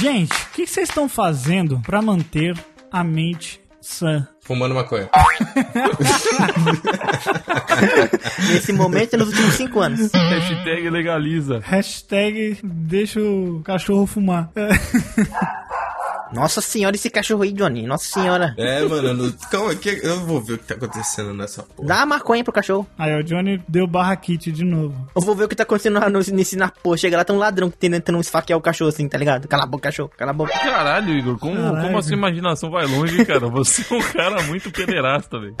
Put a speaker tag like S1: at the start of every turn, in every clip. S1: Gente, o que que vocês estão fazendo pra manter a mente sã?
S2: Fumando maconha.
S3: Nesse momento e nos últimos cinco anos.
S4: Hashtag legaliza.
S1: Hashtag deixa o cachorro fumar.
S3: Nossa senhora, esse cachorro aí, Johnny. Nossa senhora.
S2: É, mano, no- calma aqui, eu vou ver o que tá acontecendo nessa porra.
S3: Dá a maconha pro cachorro.
S1: Aí o Johnny deu barra kit de novo.
S3: Eu vou ver o que tá acontecendo lá no, nesse na porra. Chega lá, tem um ladrão que tem tentando esfaquear o cachorro assim, tá ligado? Cala a boca, cachorro. Cala a boca.
S4: Caralho, Igor, como,
S1: Caralho.
S4: como a sua imaginação vai longe, cara? Você é um cara muito pederasta, velho.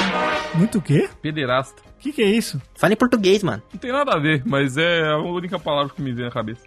S1: Muito o quê?
S4: Pederasta.
S1: O que, que é isso?
S3: Fala em português, mano.
S4: Não tem nada a ver, mas é a única palavra que me vem na cabeça.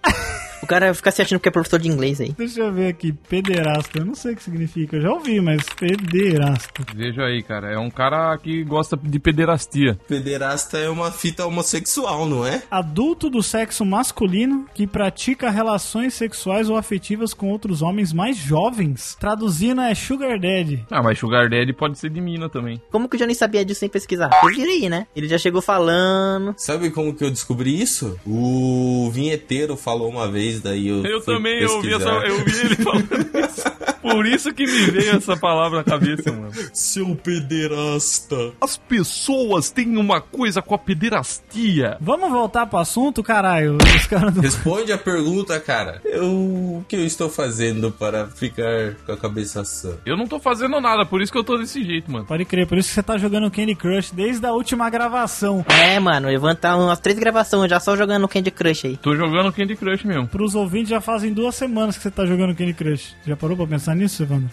S3: O cara fica se achando que é professor de inglês aí.
S1: Deixa eu ver aqui. Pederasta. Eu não sei o que significa. Eu já ouvi, mas pederasta.
S4: Veja aí, cara. É um cara que gosta de pederastia.
S2: Pederasta é uma fita homossexual, não é?
S1: Adulto do sexo masculino que pratica relações sexuais ou afetivas com outros homens mais jovens. Traduzindo é Sugar Daddy.
S4: Ah, mas Sugar Daddy pode ser de mina também.
S3: Como que o Johnny sabia disso sem pesquisar? Eu virei, né? Ele já chegou falando.
S2: Sabe como que eu descobri isso? O vinheteiro falou uma vez, daí eu.
S4: Eu
S2: fui
S4: também ouvi, essa,
S2: pesquisar.
S4: eu ouvi ele falando isso. Por isso que me veio essa palavra na cabeça, mano.
S2: Seu pederasta.
S4: As pessoas têm uma coisa com a pederastia.
S1: Vamos voltar pro assunto, caralho? Os caras do...
S2: Responde a pergunta, cara. Eu. O que eu estou fazendo para ficar com a cabeça sã?
S4: Eu não tô fazendo nada, por isso que eu tô desse jeito, mano.
S1: Pode crer, por isso que você tá jogando Candy Crush desde a última gravação.
S3: É, mano, levantar umas três gravações já só jogando Candy Crush aí.
S4: Tô jogando Candy Crush mesmo.
S1: Pros ouvintes já fazem duas semanas que você tá jogando Candy Crush. Já parou pra pensar nisso, Evandro?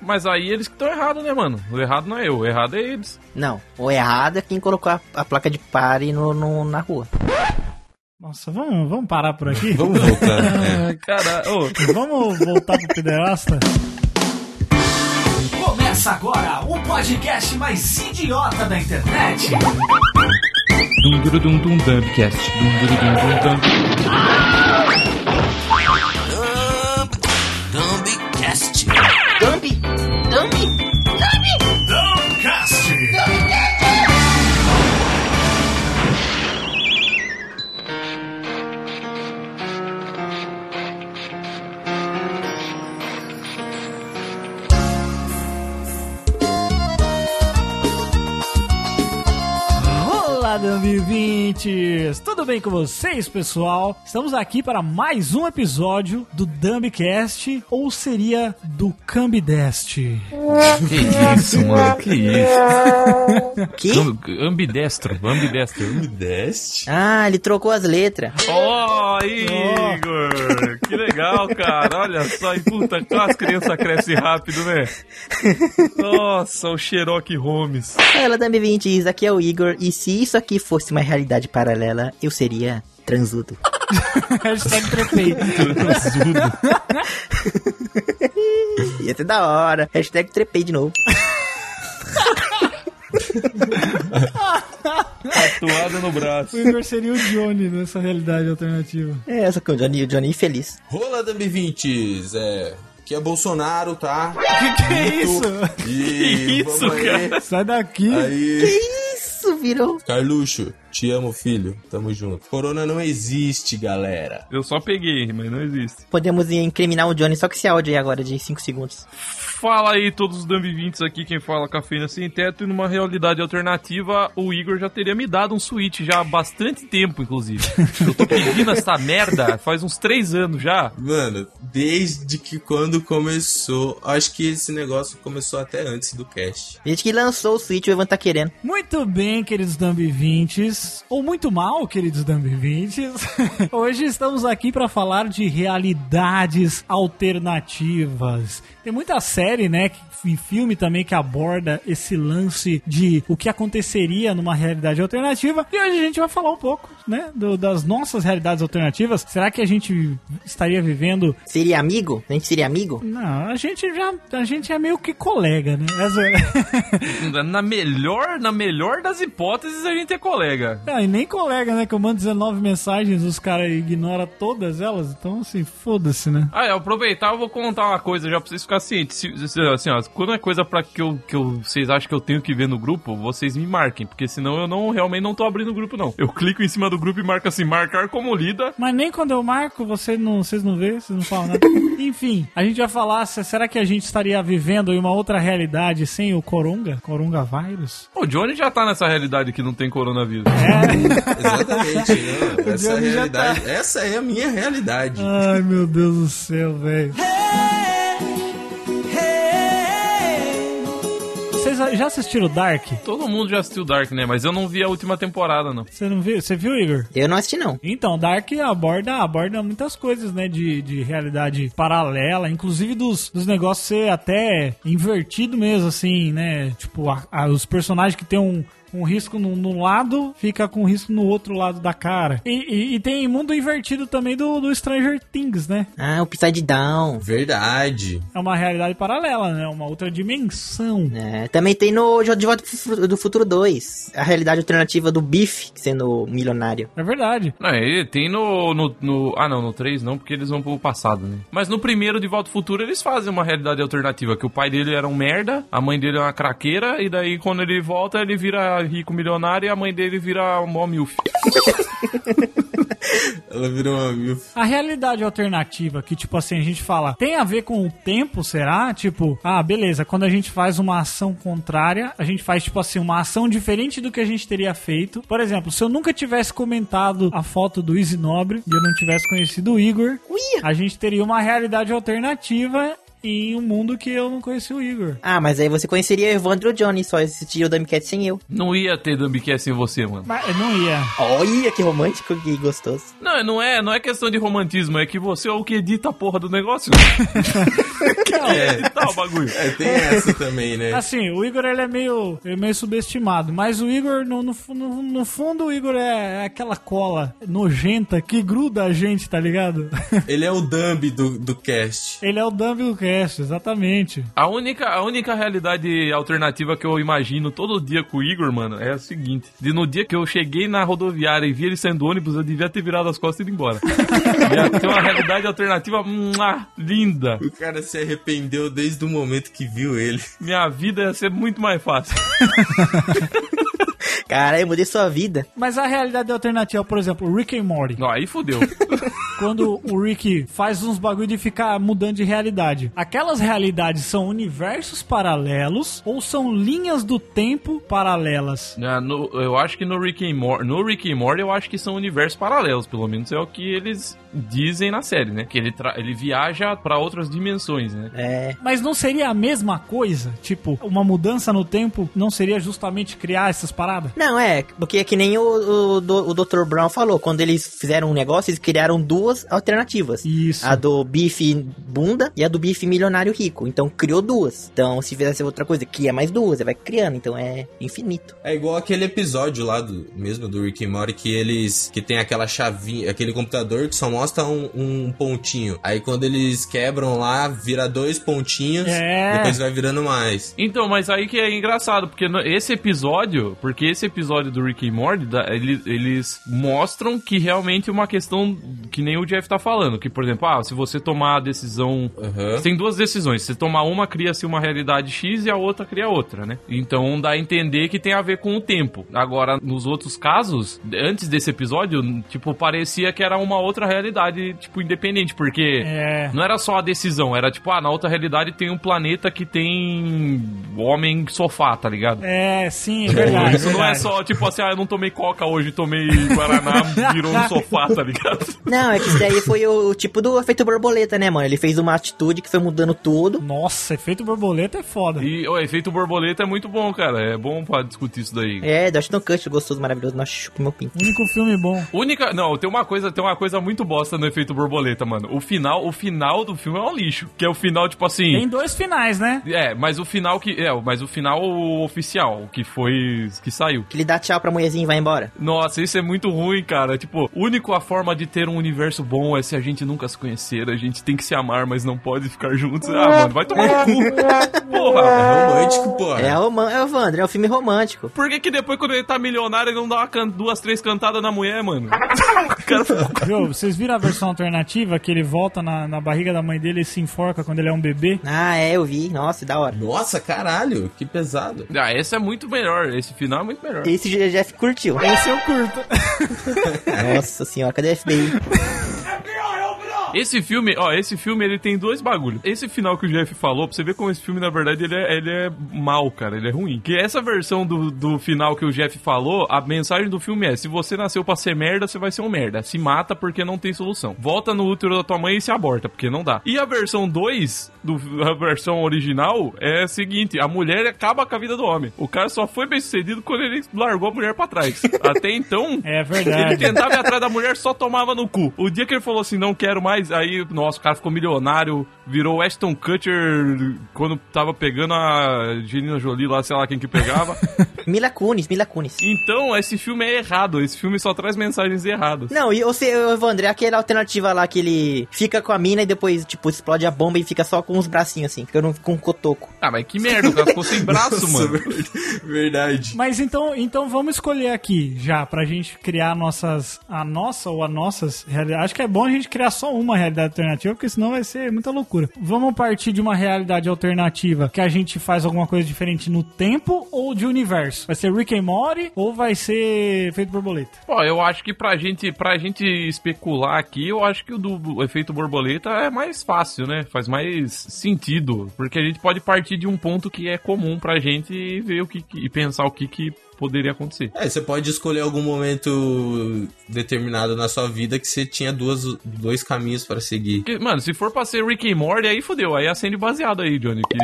S4: Mas aí eles que estão errados, né, mano? O errado não é eu, o errado é eles.
S3: Não, o errado é quem colocou a, a placa de pare no, no- na rua.
S1: Nossa, vamos, vamos parar por aqui?
S2: Vamos voltar. né?
S4: Caralho, ô,
S1: vamos voltar pro pederasta?
S5: Começa agora o podcast mais idiota da internet.
S4: Dum duru dum dum dumbcast. Dum duru dum dum dumb.
S5: Dumbcast.
S3: Dumbi! Dumbi!
S5: Dumbcast.
S1: Olá, 2020! Tudo bem com vocês, pessoal? Estamos aqui para mais um episódio do Dumbcast, ou seria do Cambidest.
S4: Que
S2: É.
S4: isso, mano? Que isso?
S3: Que?
S4: Dum- Ambidestro, ambidestro.
S2: Me deste?
S3: Ah, ele trocou as letras.
S4: Ó, Igor! Que legal, cara. Olha só, e puta, como as crianças crescem rápido, né? Nossa, o Xerox Holmes.
S3: Ela Dumbi 20 diz, aqui é o Igor, e se isso aqui fosse uma realidade paralela, eu seria transudo.
S1: Hashtag trepei.
S3: Ia ser da hora. Hashtag trepei de novo.
S4: Tatuada no braço.
S1: O Igor seria o Johnny nessa realidade alternativa.
S3: É, só que o Johnny, o Johnny infeliz.
S2: Rola da B20s, é. Que é Bolsonaro, tá?
S1: Que que é isso?
S2: E
S4: isso,
S2: vamos aí.
S1: Sai daqui!
S2: Aí.
S3: Isso virou.
S2: Carluxo, te amo, filho. Tamo junto. Corona não existe, galera.
S4: Eu só peguei, mas não existe.
S3: Podemos incriminar o Johnny só com esse áudio aí agora é de 5 segundos.
S4: Fala aí, todos os Dambivintes aqui, quem fala é Cafeína Sem Teto. E numa realidade alternativa, o Igor já teria me dado um Switch já há bastante tempo, inclusive. Eu tô pedindo essa merda faz uns três anos já.
S2: Mano, desde que quando começou. Acho que esse negócio começou até antes do cast.
S3: Gente que lançou o Switch, o Evan tá querendo.
S1: Muito bem, queridos Dambivintes, ou muito mal, queridos Dambivintes. Hoje estamos aqui para falar de realidades alternativas. Tem muita série, né, que- e filme também que aborda esse lance de o que aconteceria numa realidade alternativa. E hoje a gente vai falar um pouco, né, do- das nossas realidades alternativas. Será que a gente estaria vivendo
S3: Seria amigo? A gente seria amigo?
S1: não, a gente já. A gente é meio que colega, né? É zoeira.
S4: Na melhor, na melhor das hipóteses a gente é colega.
S1: Ah, e nem colega, né? Que eu mando 19 mensagens, os caras ignoram todas elas. Então, assim, foda-se, né?
S4: Ah, eu aproveitar, eu vou contar uma coisa já pra vocês ficarem cientes. Se- se- assim, ó, quando é coisa pra que, eu, que eu, vocês acham que eu tenho que ver no grupo, vocês me marquem, porque senão eu não realmente não tô abrindo o grupo, não. Eu clico em cima do grupo e marco assim, marcar como lida.
S1: Mas nem quando eu marco, você não, vocês não vê, vocês não falam nada. Enfim, a gente vai falar, se- será que a gente estaria vivendo em uma outra realidade sem o Coronga? Coronga vírus?
S4: O Johnny já tá nessa realidade que não tem coronavírus.
S2: Exatamente. Não, essa, é
S1: Diogo já tá Ah.
S2: realidade, essa é a minha realidade.
S1: Ai, meu Deus do céu, velho. Vocês já assistiram Dark?
S4: Todo mundo já assistiu Dark, né? Mas eu não vi a última temporada, não.
S1: Você não viu? Você viu, Igor?
S3: Eu não assisti, não.
S1: Então, Dark aborda, aborda muitas coisas, né? De, de realidade paralela, inclusive dos, dos negócios ser até invertido mesmo, assim, né? Tipo, a- a- os personagens que tem um. Um risco no, no lado fica com risco no outro lado da cara. E, e- e tem mundo invertido também do, do Stranger Things, né?
S3: Ah, o Upside Down.
S2: Verdade.
S1: É uma realidade paralela, né? Uma outra dimensão.
S3: É, também tem no Jogo de Volta pro Fu- do Futuro 2. A realidade alternativa do Biff sendo milionário.
S1: É verdade.
S4: Não, ele tem no, no, no- Ah, não, no 3 não, porque eles vão pro passado, né? Mas no primeiro de Volta ao Futuro eles fazem uma realidade alternativa, que o pai dele era um merda, a mãe dele é uma craqueira, e daí quando ele volta ele vira rico milionário e a mãe dele vira um mó milf.
S2: Ela virou uma milf.
S1: A realidade alternativa, que tipo assim, a gente fala, tem a ver com o tempo, será? Tipo, ah, beleza, quando a gente faz uma ação contrária, a gente faz, tipo assim, uma ação diferente do que a gente teria feito. Por exemplo, se eu nunca tivesse comentado a foto do Easy Nobre e eu não tivesse conhecido o Igor,
S3: Uia!
S1: a gente teria uma realidade alternativa em um mundo que eu não conheci o Igor.
S3: Ah, mas aí você conheceria Evandro e o Johnny, só assistia o Dumbcat sem eu.
S4: Não ia ter Dumbcast sem você, mano.
S1: Mas não ia.
S3: Olha que romântico, que gostoso.
S4: Não, não é, não é questão de romantismo, é que você é o que edita a porra do negócio.
S2: É,
S4: Editar o bagulho.
S2: é, tem essa também, né?
S1: Assim, o Igor ele é meio, ele é meio subestimado, mas o Igor, no, no, fu- no- no fundo, o Igor é aquela cola nojenta que gruda a gente, tá ligado?
S2: Ele é o Dumb do, do cast.
S1: ele é o Dumbbell Cast, exatamente.
S4: A única, a única realidade alternativa que eu imagino todo dia com o Igor, mano, é a seguinte: de no dia que eu cheguei na rodoviária e vi ele saindo do ônibus, eu devia ter virado as costas e ido embora. Ia ter uma realidade alternativa mua, linda.
S2: O cara se arrependeu desde o momento que viu ele.
S4: Minha vida ia ser muito mais fácil.
S3: Caralho, eu mudei sua vida.
S1: Mas a realidade alternativa, por exemplo, o Rick and Morty.
S4: Não, aí É, fudeu.
S1: Quando o Rick faz uns bagulho de ficar mudando de realidade. Aquelas realidades são universos paralelos ou são linhas do tempo paralelas?
S4: Ah, no- eu acho que no Rick and Morty, no Rick and Morty eu acho que são universos paralelos, pelo menos é o que eles dizem na série, né? Que ele, tra- ele viaja pra outras dimensões, né?
S3: É.
S1: Mas não seria a mesma coisa? Tipo, uma mudança no tempo não seria justamente criar essas paradas?
S3: Não, é, porque é que nem o, o, do- o Dr. Brown falou, quando eles fizeram um negócio, eles criaram duas alternativas.
S1: Isso.
S3: A do bife bunda e a do bife milionário rico. Então criou duas. Então se fizesse outra coisa, cria mais duas, aí vai criando, então é infinito.
S2: É igual aquele episódio lá do mesmo do Rick and Morty que eles que tem aquela chavinha, aquele computador que só mostra um, um pontinho. Aí quando eles quebram lá, vira dois pontinhos,
S1: É.
S2: depois vai virando mais.
S4: Então, mas aí que é engraçado, porque no- esse episódio, porque esse episódio do Rick and Morty, da- ele- eles mostram que realmente é uma questão que nem o Jeff tá falando, que por exemplo, ah, se você tomar a decisão
S2: Aham.
S4: Tem duas decisões. Se tomar uma, cria-se uma realidade X e a outra cria outra, né? Então dá a entender que tem a ver com o tempo. Agora, nos outros casos, antes desse episódio, tipo, parecia que era uma outra realidade, tipo, independente, porque.
S1: É.
S4: Não era só a decisão, era tipo, ah, na outra realidade tem um planeta que tem homem sofá, tá ligado?
S1: É, sim, é verdade.
S4: Isso não é
S1: verdade.
S4: só, tipo assim, ah, eu não tomei coca hoje, tomei guaraná, virou um sofá, tá ligado?
S3: Não, é que isso daí foi o, o tipo do efeito borboleta, né, mano? Ele fez uma atitude que foi mudando tudo.
S1: Nossa, efeito borboleta é foda.
S4: E o efeito borboleta é muito bom, cara. É bom pra discutir isso daí.
S3: É, do Ashton Kutcher, gostoso, maravilhoso, mas chupa meu pinto.
S1: Único filme bom.
S4: Única. Não, tem uma coisa, tem uma coisa muito bosta no efeito borboleta, mano. O final, o final do filme é um lixo. Que é o final, tipo assim.
S1: Tem dois finais, né?
S4: É, mas o final que. É, mas o final oficial, que foi. que saiu.
S3: Que ele dá tchau pra mulherzinha e vai embora.
S4: Nossa, isso é muito ruim, cara. Tipo, único a forma de ter um universo bom é se a gente nunca se conhecer, a gente tem que se amar, mas não pode ficar juntos. Ah, mano, vai tomar no cu. Porra.
S2: É romântico, porra.
S3: É, roman... é o Wander, é um filme romântico.
S4: Por que que depois quando ele tá milionário ele não dá uma can- duas, três cantadas na mulher, mano? O cara ficou
S1: Viu? Vocês viram a versão alternativa que ele volta na, na barriga da mãe dele e se enforca quando ele é um bebê?
S3: Ah, é, eu vi. Nossa, da hora.
S2: Nossa, caralho, que pesado.
S4: Ah, esse é muito melhor. Esse final é muito melhor.
S3: Esse o Jeff curtiu.
S1: Esse eu curto.
S3: Nossa senhora, cadê a FBI?
S4: Esse filme, ó, esse filme ele tem dois bagulhos. Esse final que o Jeff falou, pra você ver como esse filme, na verdade, ele é, ele é mal, cara. Ele é ruim. Que essa versão do, do final que o Jeff falou, a mensagem do filme é: se você nasceu pra ser merda, você vai ser um merda. Se mata porque não tem solução. Volta no útero da tua mãe e se aborta, porque não dá. E a versão 2, do, a versão original, é a seguinte: a mulher acaba com a vida do homem. O cara só foi bem sucedido quando ele largou a mulher pra trás. Até então,
S1: É
S4: ele
S1: verdade.
S4: tentava ir atrás da mulher, só tomava no cu. O dia que ele falou assim, não quero mais, aí, nossa, o cara ficou milionário, virou Ashton Kutcher quando tava pegando a Angelina Jolie lá, sei lá quem que pegava.
S3: Mila Kunis, Mila Kunis.
S4: então, esse filme é errado, esse filme só traz mensagens erradas.
S3: Não, e você, Evandro, é aquela alternativa lá que ele fica com a mina e depois, tipo, explode a bomba e fica só com os bracinhos assim, fica num- com um cotoco.
S4: Ah, mas que merda, o cara ficou sem braço, mano.
S2: Nossa, Verdade.
S1: Mas então, então vamos escolher aqui já, pra gente criar nossas. A nossa ou a nossas realidade. Acho que é bom a gente criar só uma realidade alternativa, porque senão vai ser muita loucura. Vamos partir de uma realidade alternativa que a gente faz alguma coisa diferente no tempo ou de universo? Vai ser Rick and Morty ou vai ser Feito Borboleta?
S4: Ó, eu acho que pra gente, pra gente especular aqui, eu acho que o do do efeito borboleta é mais fácil, né? Faz mais sentido. Porque a gente pode partir de um ponto que é comum pra gente e ver o que. que- e pensar o que, que poderia acontecer.
S2: É, você pode escolher algum momento determinado na sua vida que você tinha duas, dois caminhos pra seguir.
S4: Porque, mano, se for pra ser Rick and Morty, aí fodeu. Aí acende baseado aí, Johnny. Que...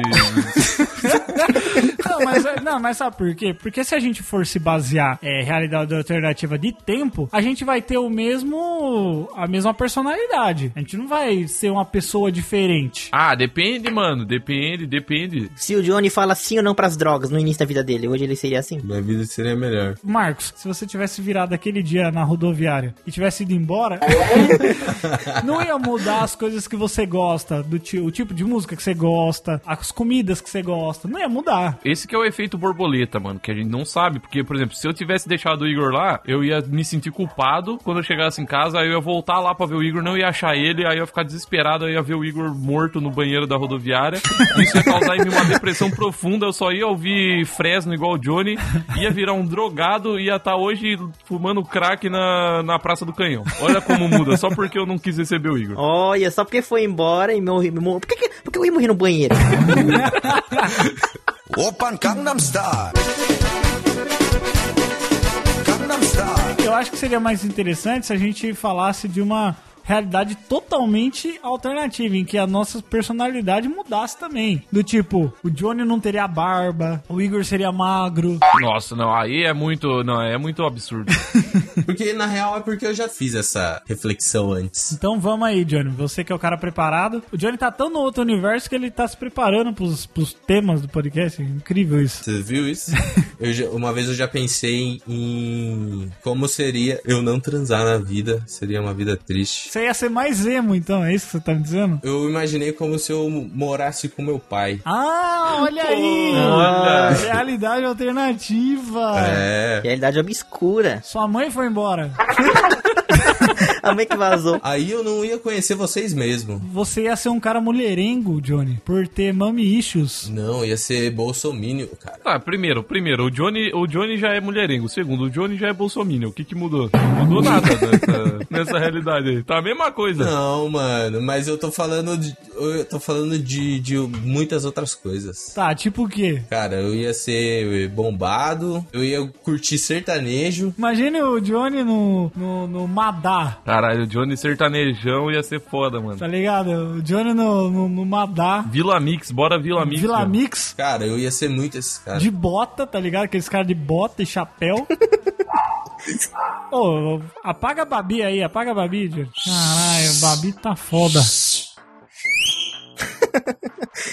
S1: Não mas, não, mas sabe por quê? Porque se a gente for se basear é, realidade alternativa de tempo, a gente vai ter o mesmo. a mesma personalidade. A gente não vai ser uma pessoa diferente.
S4: ah, depende, mano. Depende, depende.
S3: Se o Johnny fala sim ou não pras drogas no início da vida dele, hoje ele seria assim.
S2: Minha vida seria melhor.
S1: Marcos, se você tivesse virado aquele dia na rodoviária e tivesse ido embora, não ia mudar as coisas que você gosta, do ti- o tipo de música que você gosta, as comidas que você gosta, não ia mudar.
S4: Esse que é o efeito borboleta, mano, que a gente não sabe. Porque, por exemplo, se eu tivesse deixado o Igor lá, eu ia me sentir culpado quando eu chegasse em casa, aí eu ia voltar lá pra ver o Igor, não ia achar ele, aí eu ia ficar desesperado, aí eu ia ver o Igor morto no banheiro da rodoviária. Isso ia causar em mim uma depressão profunda, eu só ia ouvir Fresno igual o Johnny, ia virar um drogado, ia estar hoje fumando crack na, na Praça do Canhão. Olha como muda, só porque eu não quis receber o Igor.
S3: Olha, só porque foi embora e meu. meu- por, que, que- por que eu ia morrer no banheiro?
S6: Open Gangnam Style. Gangnam Style.
S1: Eu acho que seria mais interessante se a gente falasse de uma realidade totalmente alternativa, em que a nossa personalidade mudasse também. Do tipo, o Johnny não teria barba, o Igor seria magro.
S4: Nossa, não, aí é muito. Não, é muito absurdo.
S2: Porque, na real, é porque eu já fiz essa reflexão antes.
S1: Então vamos aí, Johnny. Você que é o cara preparado. O Johnny tá tão no outro universo que ele tá se preparando pros, pros temas do podcast. Incrível isso.
S2: Você viu isso? Eu já- uma vez eu já pensei em, em como seria eu não transar na vida. Seria uma vida triste.
S1: Você ia ser mais emo, então, é isso que você tá me dizendo?
S2: Eu imaginei como se eu morasse com meu pai.
S1: Ah, olha aí!
S4: Olha.
S1: Realidade alternativa!
S2: É.
S3: Realidade obscura.
S1: Sua mãe foi embora.
S3: A mãe que vazou.
S2: Aí eu não ia conhecer vocês mesmo.
S1: Você ia ser um cara mulherengo, Johnny, por ter mami issues.
S2: Não, ia ser bolsominion, cara.
S4: Tá, primeiro, primeiro, o Johnny, o Johnny já é mulherengo. Segundo, o Johnny já é bolsominion. O que que mudou? Não mudou nada nessa, nessa realidade aí. Tá a mesma coisa.
S2: Não, mano, mas eu tô falando de, eu tô falando de, de muitas outras coisas.
S1: Tá, tipo o quê?
S2: Cara, eu ia ser bombado, eu ia curtir sertanejo.
S1: Imagine o Johnny no, no, no Madá,
S4: Caralho, o Johnny sertanejão ia ser foda, mano.
S1: tá ligado? O Johnny no, no, no Madá,
S4: Vila Mix, bora Vila Mix.
S1: Vila
S4: mano.
S1: Mix,
S2: Cara, eu ia ser muito esse cara.
S1: De bota, tá ligado? Aqueles caras de bota e chapéu. Ô, apaga a Babi aí, apaga a Babi, Júlio. Caralho, a Babi tá foda.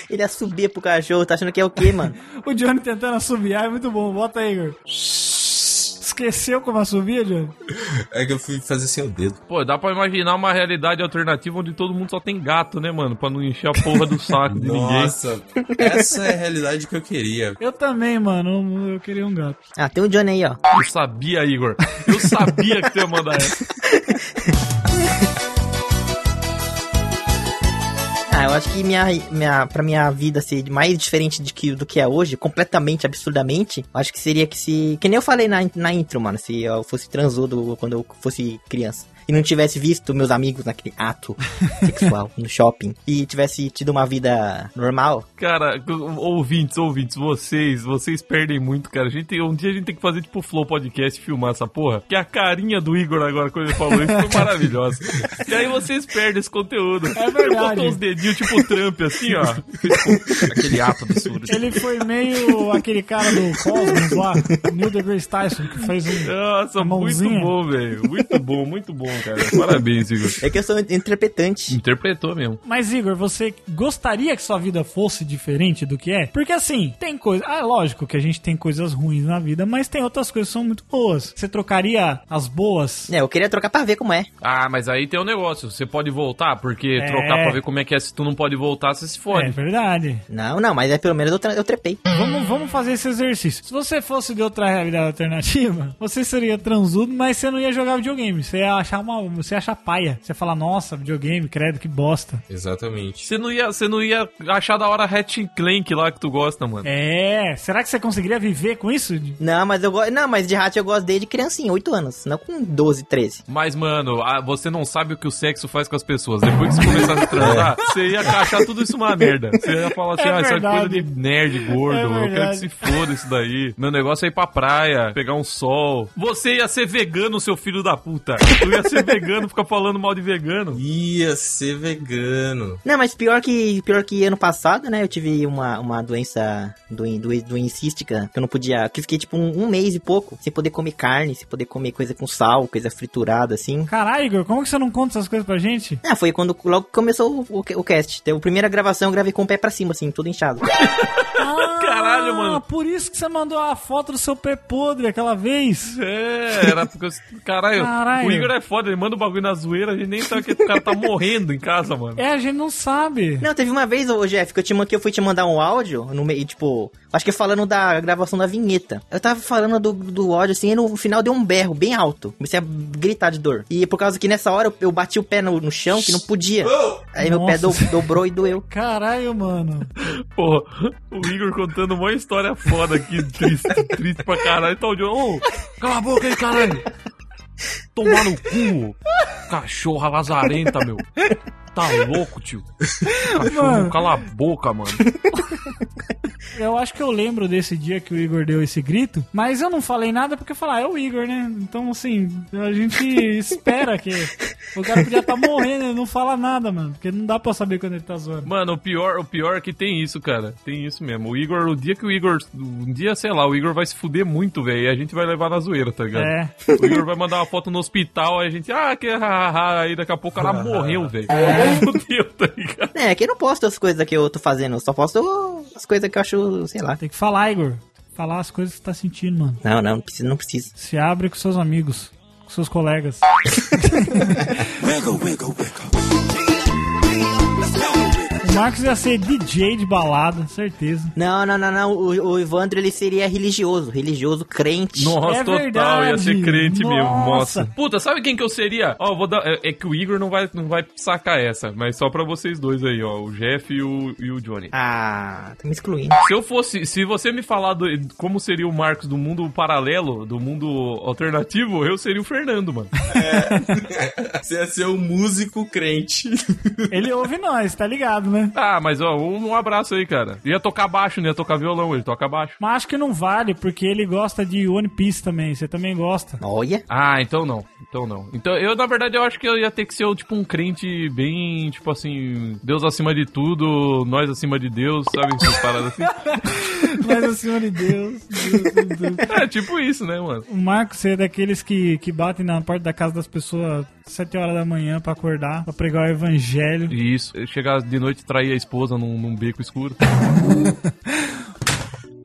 S3: Ele ia subir pro cachorro, tá achando que é o quê, mano?
S1: O Johnny tentando assobiar é muito bom, bota aí, Igor. Esqueceu como assobia, Johnny?
S2: É que eu fui fazer sem o dedo.
S4: Pô, dá pra imaginar uma realidade alternativa onde todo mundo só tem gato, né, mano? Pra não encher a porra do saco de ninguém.
S2: Nossa, essa é a realidade que eu queria.
S1: Eu também, mano. Eu queria um gato.
S3: Ah, tem o Johnny aí, ó.
S4: Eu sabia, Igor. Eu sabia que tu ia mandar essa.
S3: Ah, eu acho que minha, minha, pra minha vida ser mais diferente de que, do que é hoje, completamente, absurdamente, eu acho que seria que se. Que nem eu falei na, na intro, mano, se eu fosse transudo quando eu fosse criança. E não tivesse visto meus amigos naquele ato sexual no shopping. E tivesse tido uma vida normal.
S4: Cara, ouvintes, ouvintes, vocês, vocês perdem muito, cara. A gente, um dia a gente tem que fazer tipo Flow Podcast e filmar essa porra. Que a carinha do Igor agora, quando ele falou isso, foi maravilhosa. e aí vocês perdem esse conteúdo. É Ele
S1: verdade.
S4: botou os dedinhos tipo Trump, assim, ó. Aquele ato absurdo.
S1: Ele foi meio aquele cara do Cosmos lá, Neil deGrasse Tyson, que fez
S4: Ah,
S1: um...
S4: Nossa,
S1: Mãozinha.
S4: muito bom, velho. Muito bom, muito bom, cara. Parabéns, Igor.
S3: É que eu sou interpretante.
S4: Interpretou mesmo.
S1: Mas, Igor, você gostaria que sua vida fosse diferente do que é? Porque, assim, tem coisa... Ah, é lógico que a gente tem coisas ruins na vida, mas tem outras coisas que são muito boas. Você trocaria as boas?
S3: É, eu queria trocar pra ver como é.
S4: Ah, mas aí tem um negócio. Você pode voltar, porque
S1: É.
S4: trocar pra ver como é que é. Se tu não pode voltar, você se fode.
S1: É verdade.
S3: Não, não, mas é pelo menos eu, tra- eu trepei.
S1: Vamos, vamos fazer esse exercício. Se você fosse de outra realidade alternativa, você seria transudo, mas você não ia jogar videogame. Você ia achar uma. Você ia achar paia. Você ia falar, nossa, videogame, credo, que bosta.
S2: Exatamente.
S4: Você não ia, você não ia achar da hora Hatching Clank lá que tu gosta, mano.
S1: É, será que você conseguiria viver com isso?
S3: Não, mas eu gosto. Não, mas de rato eu gosto desde criancinha, 8 anos. Não com 12, 13.
S4: Mas, mano, ah, você não sabe o que o sexo faz com as pessoas. Depois que você começar a se transar, você ia achar tudo isso uma merda. Você ia falar assim,
S1: É
S4: ah, isso é coisa
S1: verdade.
S4: de nerd, gordo.
S1: É
S4: eu quero
S1: verdade.
S4: que se foda isso daí. Meu negócio é ir pra praia, pegar um sol. Você ia ser vegano, seu filho da puta. Tu ia ser vegano, ficar falando mal de vegano.
S2: Ia ser vegano.
S3: Não, mas pior que, pior que ano passado, né? Eu tive uma, uma doença doen, doen, doencística que eu não podia. Que eu fiquei tipo um, um mês e pouco sem poder comer carne, sem poder comer coisa com sal, coisa friturada assim.
S1: Caralho, Igor, como que você não conta essas coisas pra gente?
S3: Ah, foi quando logo que começou o, o, o cast. Então, a primeira gravação eu gravei com o pé pra cima, assim, todo inchado.
S4: Caralho, mano.
S1: Ah, Por isso que você mandou a foto do seu pé podre aquela vez.
S4: É, era porque. os- Caralho,
S1: Caralho.
S4: o Igor é foda, ele manda o bagulho na zoeira, a gente nem sabe que o cara tá morrendo em casa, mano.
S1: É, a gente não sabe.
S3: Não, teve uma vez, ô Jeff, que eu, te, man- que eu fui te mandar um áudio, no meio, tipo, acho que falando da gravação da vinheta. Eu tava falando do, do áudio, assim, e no final deu um berro bem alto. Comecei a gritar de dor. E é por causa que nessa hora eu, eu bati o pé no, no chão, que não podia. Aí meu pé
S1: Nossa.
S3: do- dobrou e doeu.
S1: Caralho, mano.
S4: Pô, o Igor contando uma história foda aqui, triste, triste pra caralho. Então, John, ô, cala a boca aí, caralho. Tomar no cu, cachorra lazarenta, meu. Tá louco, tio. Cachorro,
S1: Mano.
S4: cala a boca, mano.
S1: Eu acho que eu lembro desse dia que o Igor deu esse grito, mas eu não falei nada porque eu falei, ah, é o Igor, né? Então, assim, a gente espera que. O cara podia estar morrendo, ele não fala nada, mano. Porque não dá pra saber quando ele tá zoando.
S4: Mano, o pior, o pior é que tem isso, cara. Tem isso mesmo. O Igor, o dia que o Igor. Um dia, sei lá, o Igor vai se fuder muito, velho. E a gente vai levar na zoeira, tá ligado?
S1: É.
S4: O Igor vai mandar uma foto no hospital, aí a gente. Ah, que. hahaha", Aí daqui a pouco ela morreu, velho.
S1: É.
S4: Fudeu, tá ligado?
S3: É, que eu não posto as coisas que eu tô fazendo, eu só posto as coisas que eu acho, sei lá.
S1: Tem que falar, Igor. Falar as coisas que você tá sentindo, mano.
S3: Não, não, não precisa, não precisa.
S1: Se abre com seus amigos, com seus colegas.
S6: Wiggle, wiggle, wiggle.
S1: O Marcos ia ser DJ de balada, certeza.
S3: Não, não, não, não. O, o Evandro ele seria religioso, religioso, crente.
S4: Nossa,
S1: É
S4: total, ia ser
S1: verdade.
S4: crente mesmo.
S1: Nossa.
S4: Nossa. Puta, sabe quem que eu seria? Ó, vou dar. É, é que o Igor não vai, não vai sacar essa, mas só pra vocês dois aí, ó. O Jeff e o, e o Johnny.
S3: Ah, tá me excluindo.
S4: Se eu fosse, se você me falar do- como seria o Marcos do mundo paralelo, do mundo alternativo, eu seria o Fernando, mano.
S2: Você ia ser um músico crente.
S1: Ele ouve nós, tá ligado, né?
S4: Ah, mas ó, um, um abraço aí, cara. Ia tocar baixo, não ia tocar violão, ele toca baixo.
S1: Mas acho que não vale, porque ele gosta de One Piece também. Você também gosta.
S3: Olha.
S4: Ah, então não. Então não. Então eu, na verdade, eu acho que eu ia ter que ser tipo um crente bem, tipo assim, Deus acima de tudo, nós acima de Deus, sabe? Essas paradas assim.
S1: Mas o Senhor de Deus, Deus, Deus, Deus.
S4: É tipo isso, né, mano?
S1: O Marcos é daqueles que, que batem na porta da casa das pessoas às 7 horas da manhã pra acordar, pra pregar o evangelho.
S4: E isso, chegar de noite e trair a esposa num, num beco escuro.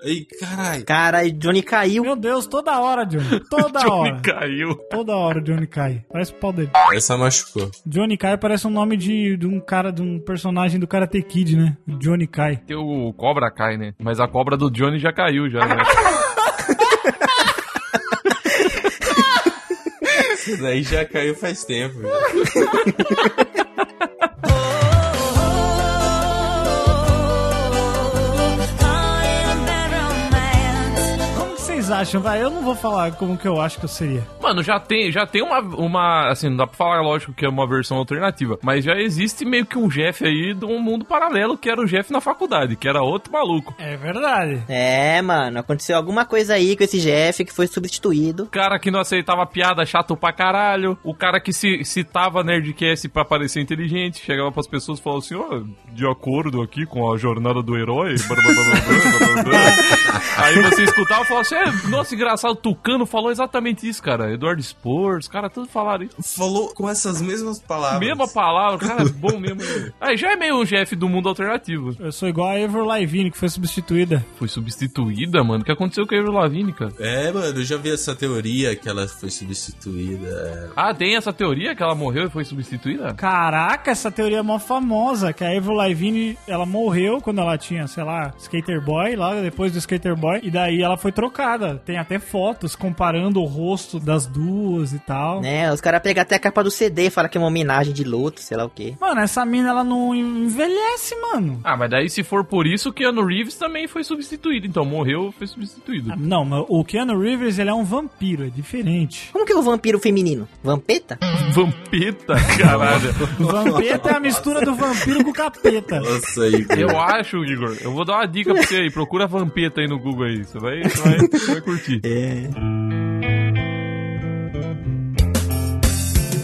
S2: Ei, caralho.
S3: Cara, e Johnny caiu.
S1: Meu Deus, toda hora, Johnny. Toda hora.
S4: caiu.
S1: Toda hora o Johnny cai. Parece o pau dele.
S2: Essa machucou.
S1: Johnny Kai parece um nome de, de um cara, de um personagem do Karate Kid, né? Johnny Kai.
S4: Tem o cobra cai, né? Mas a cobra do Johnny já caiu, já. Né?
S2: Isso daí já caiu faz tempo. velho.
S1: Como que vocês acham? Vai, eu não vou falar como que eu acho que eu seria.
S4: Mano, já tem, já tem uma, uma. Assim, não dá pra falar, lógico, que é uma versão alternativa. Mas já existe meio que um Jeff aí de um mundo paralelo, que era o Jeff na faculdade, que era outro maluco.
S1: É verdade.
S3: É, mano, aconteceu alguma coisa aí com esse Jeff que foi substituído.
S4: O cara que não aceitava piada, chato pra caralho. O cara que se citava Nerdcast pra parecer inteligente. Chegava pras pessoas e falava assim, ó, de acordo aqui com a jornada do herói. blá, blá, blá, blá, blá, blá, blá. Aí você escutava e falava assim, é, nossa, engraçado, o Tucano falou exatamente isso, cara. Eduardo Spor, os caras tudo falaram isso.
S2: Falou com essas mesmas palavras.
S4: Mesma palavra, cara, é bom mesmo. Aí já é meio o Jeff do mundo alternativo.
S1: Eu sou igual a Ever Lavigne, que foi substituída.
S4: Foi substituída, mano. O que aconteceu com a Avril Lavigne, cara?
S2: É, mano, eu já vi essa teoria que ela foi substituída.
S4: Ah, tem essa teoria que ela morreu e foi substituída?
S1: Caraca, essa teoria é mó famosa, que a Avril Lavigne, ela morreu quando ela tinha, sei lá, Skater Boy, lá depois do Skater Boy, e daí ela foi trocada. Tem até fotos comparando o rosto das duas e tal.
S3: Né, os caras pegam até a capa do CD e falam que é uma homenagem de luto, sei lá o quê.
S1: Mano, essa mina, ela não envelhece, mano.
S4: Ah, mas daí se for por isso, Keanu Reeves também foi substituído. Então morreu, foi substituído.
S1: Ah, Não, mas o Keanu Reeves, ele é um vampiro, é diferente.
S3: Como que é o vampiro feminino? Vampeta?
S4: Hum. Vampeta, caralho.
S1: Vampeta é a mistura do vampiro com o capeta.
S2: Nossa, aí,
S4: Eu acho, Igor, eu vou dar uma dica pra você aí. Procura Vampeta aí no Google aí. Você vai, você vai, você vai curtir.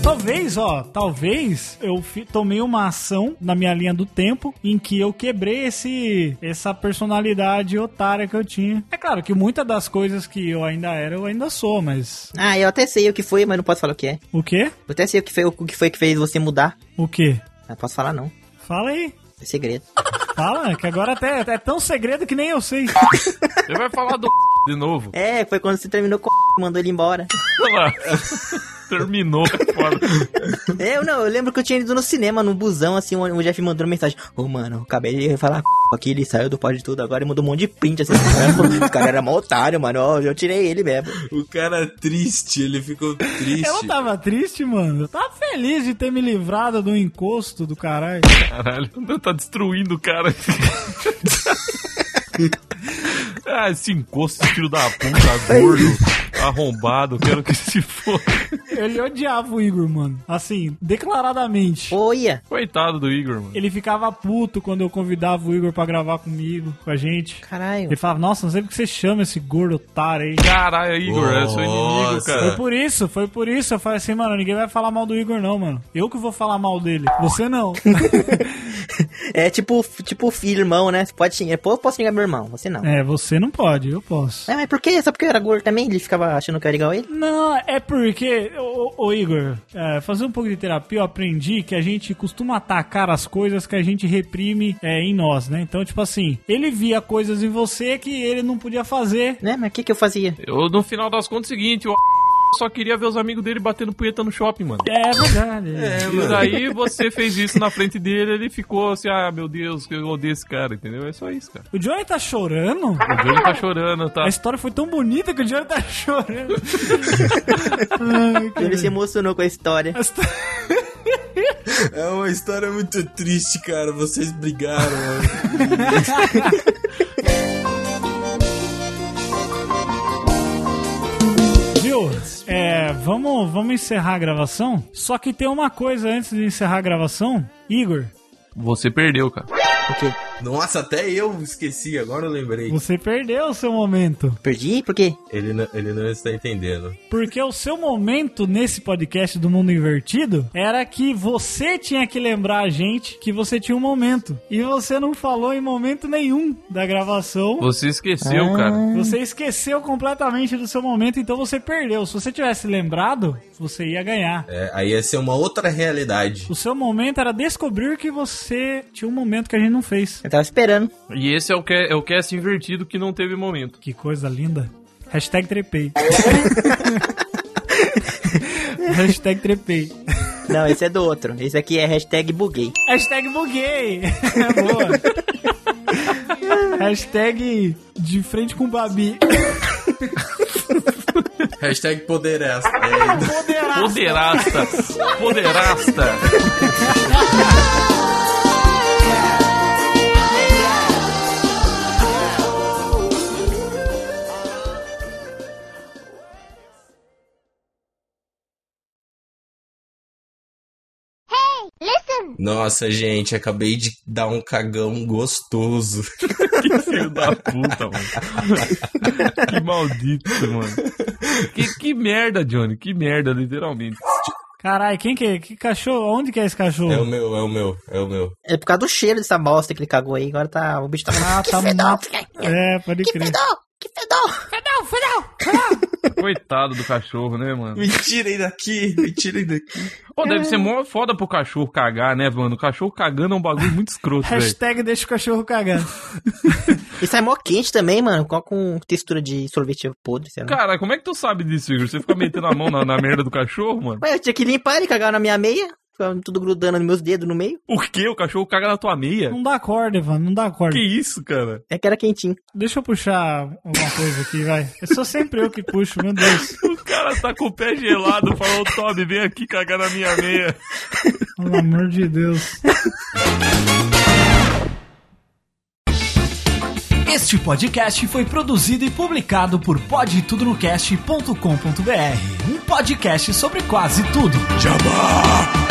S1: Talvez, ó, talvez eu fi- tomei uma ação na minha linha do tempo em que eu quebrei esse essa personalidade otária que eu tinha. É claro que muitas das coisas que eu ainda era, eu ainda sou, mas
S3: Ah, eu até sei o que foi, mas não posso falar o que é.
S1: o quê?
S3: Eu até sei o que foi, o que foi que fez você mudar.
S1: O quê?
S3: Não posso falar não,
S1: Fala aí.
S3: é segredo.
S1: Fala, que agora até é tão segredo que nem eu sei.
S4: Você vai falar do de novo.
S3: É, foi quando você terminou com o mandou ele embora.
S4: Olha lá. Terminou. Foda.
S3: É, Eu não, eu lembro que eu tinha ido no cinema, num busão, assim, o o Jeff mandou mensagem. Ô, mano, eu acabei de falar com aqui, ele saiu do pódio de tudo agora e mandou um monte de print, assim. o cara era mó otário, mano, ó, eu tirei ele mesmo.
S2: O cara triste, ele ficou triste.
S1: Eu não
S4: tá
S1: tava triste, mano. Eu tava feliz de ter me livrado do encosto do caralho.
S4: Caralho, tá destruindo o cara. ah, esse encosto, esse filho da puta, gordo, arrombado, quero que se foda.
S1: Ele odiava o Igor, mano. Assim, declaradamente.
S3: Olha,
S4: Coitado do Igor, mano.
S1: Ele ficava puto quando eu convidava o Igor pra gravar comigo, com a gente. Ele
S3: caralho.
S1: falava, nossa, não sei porque você chama esse gordo otário aí.
S4: Caralho, Igor, é seu inimigo,
S2: Nossa.
S1: Foi
S4: cara.
S1: por isso, foi por isso. Eu falei assim, mano, ninguém vai falar mal do Igor, não, mano. Eu que vou falar mal dele. Você não.
S3: É tipo, tipo filho, irmão, né? Você pode xingar, pô, eu posso xingar meu irmão, você não.
S1: é, você não pode, eu posso.
S3: É, mas por quê? Só porque eu era gordo também? Ele ficava achando que eu era igual a ele?
S1: Não, é porque, ô, ô, ô, Igor, é, fazer um pouco de terapia, eu aprendi que a gente costuma atacar as coisas que a gente reprime é, em nós, né? Então, tipo assim, ele via coisas em você que ele não podia fazer.
S3: Né, mas o que que eu fazia?
S4: Eu, no final das contas, é o seguinte, o só queria ver os amigos dele batendo punheta no shopping, mano.
S1: É verdade.
S4: E daí você fez isso na frente dele, ele ficou assim, ah, meu Deus, que eu odeio esse cara, entendeu? É só isso, cara.
S1: O Johnny tá chorando?
S4: O Johnny tá chorando, tá?
S1: A história foi tão bonita que o Johnny tá chorando. Ai, cara.
S3: Ele se emocionou com a história.
S1: A histó-
S2: É uma história muito triste, cara. Vocês brigaram. mano.
S1: Viu? É, vamos, vamos encerrar a gravação? Só que tem uma coisa antes de encerrar a gravação. Igor,
S4: Você perdeu, cara.
S3: O quê?
S2: Nossa, até eu esqueci, agora eu lembrei.
S1: você perdeu o seu momento.
S3: Perdi? Por quê?
S2: Ele não, ele não está entendendo.
S1: Porque o seu momento nesse podcast do Mundo Invertido era que você tinha que lembrar a gente que você tinha um momento. E você não falou em momento nenhum da gravação.
S4: Você esqueceu, cara.
S1: Você esqueceu completamente do seu momento, então você perdeu. Se você tivesse lembrado, você ia ganhar.
S2: É, aí ia ser uma outra realidade.
S1: O seu momento era descobrir que você tinha um momento que a gente não fez.
S3: É tava esperando.
S4: E esse é o, que, é o cast invertido que não teve momento.
S1: Que coisa linda. Hashtag trepei. Hashtag trepei.
S3: Não, esse é do outro. Esse aqui é hashtag buguei.
S1: Hashtag buguei. É boa. Hashtag de frente com o Babi.
S2: Hashtag poderessa.
S1: Poderá.
S4: Poderasta! Poderasta!
S2: Nossa, gente, acabei de dar um cagão gostoso.
S4: Que filho da puta, mano. Que maldito, mano. Que, que merda, Johnny. Que merda, literalmente.
S1: Caralho, quem que é? Que cachorro? Onde que é esse cachorro?
S2: É o meu, é o meu, é o meu.
S3: É por causa do cheiro dessa bosta que ele cagou aí. Agora tá. O bicho tá.
S1: Ah, tá mato. É, pode
S3: Que
S1: crer.
S3: fedor! Que fedor!
S4: Coitado do cachorro, né, mano?
S2: Me tirem daqui, me tirem daqui.
S4: Pô, deve ser mó foda pro cachorro cagar, né, mano? O cachorro cagando é um bagulho muito escroto, velho.
S1: Hashtag deixa o cachorro cagar.
S3: E sai é mó quente também, mano. Com, com textura de sorvete podre, sei lá.
S4: Cara, como é que tu sabe disso, Igor? Você fica metendo a mão na, na merda do cachorro, mano?
S3: Ué, eu tinha que limpar ele, cagar na minha meia. Ficava Tudo grudando nos meus dedos no meio.
S4: Por quê? O cachorro caga na tua meia?
S1: Não dá corda, Ivan, não dá corda.
S4: Que isso, cara?
S3: É que era quentinho.
S1: Deixa eu puxar alguma coisa aqui, vai. Eu sou sempre eu que puxo, meu Deus.
S4: O cara tá com o pé gelado, falou, Toby, vem aqui cagar na minha meia.
S1: Pelo amor de Deus.
S5: Este podcast foi produzido e publicado por podtudonocast.com.br, um podcast sobre quase tudo.
S6: Jabba!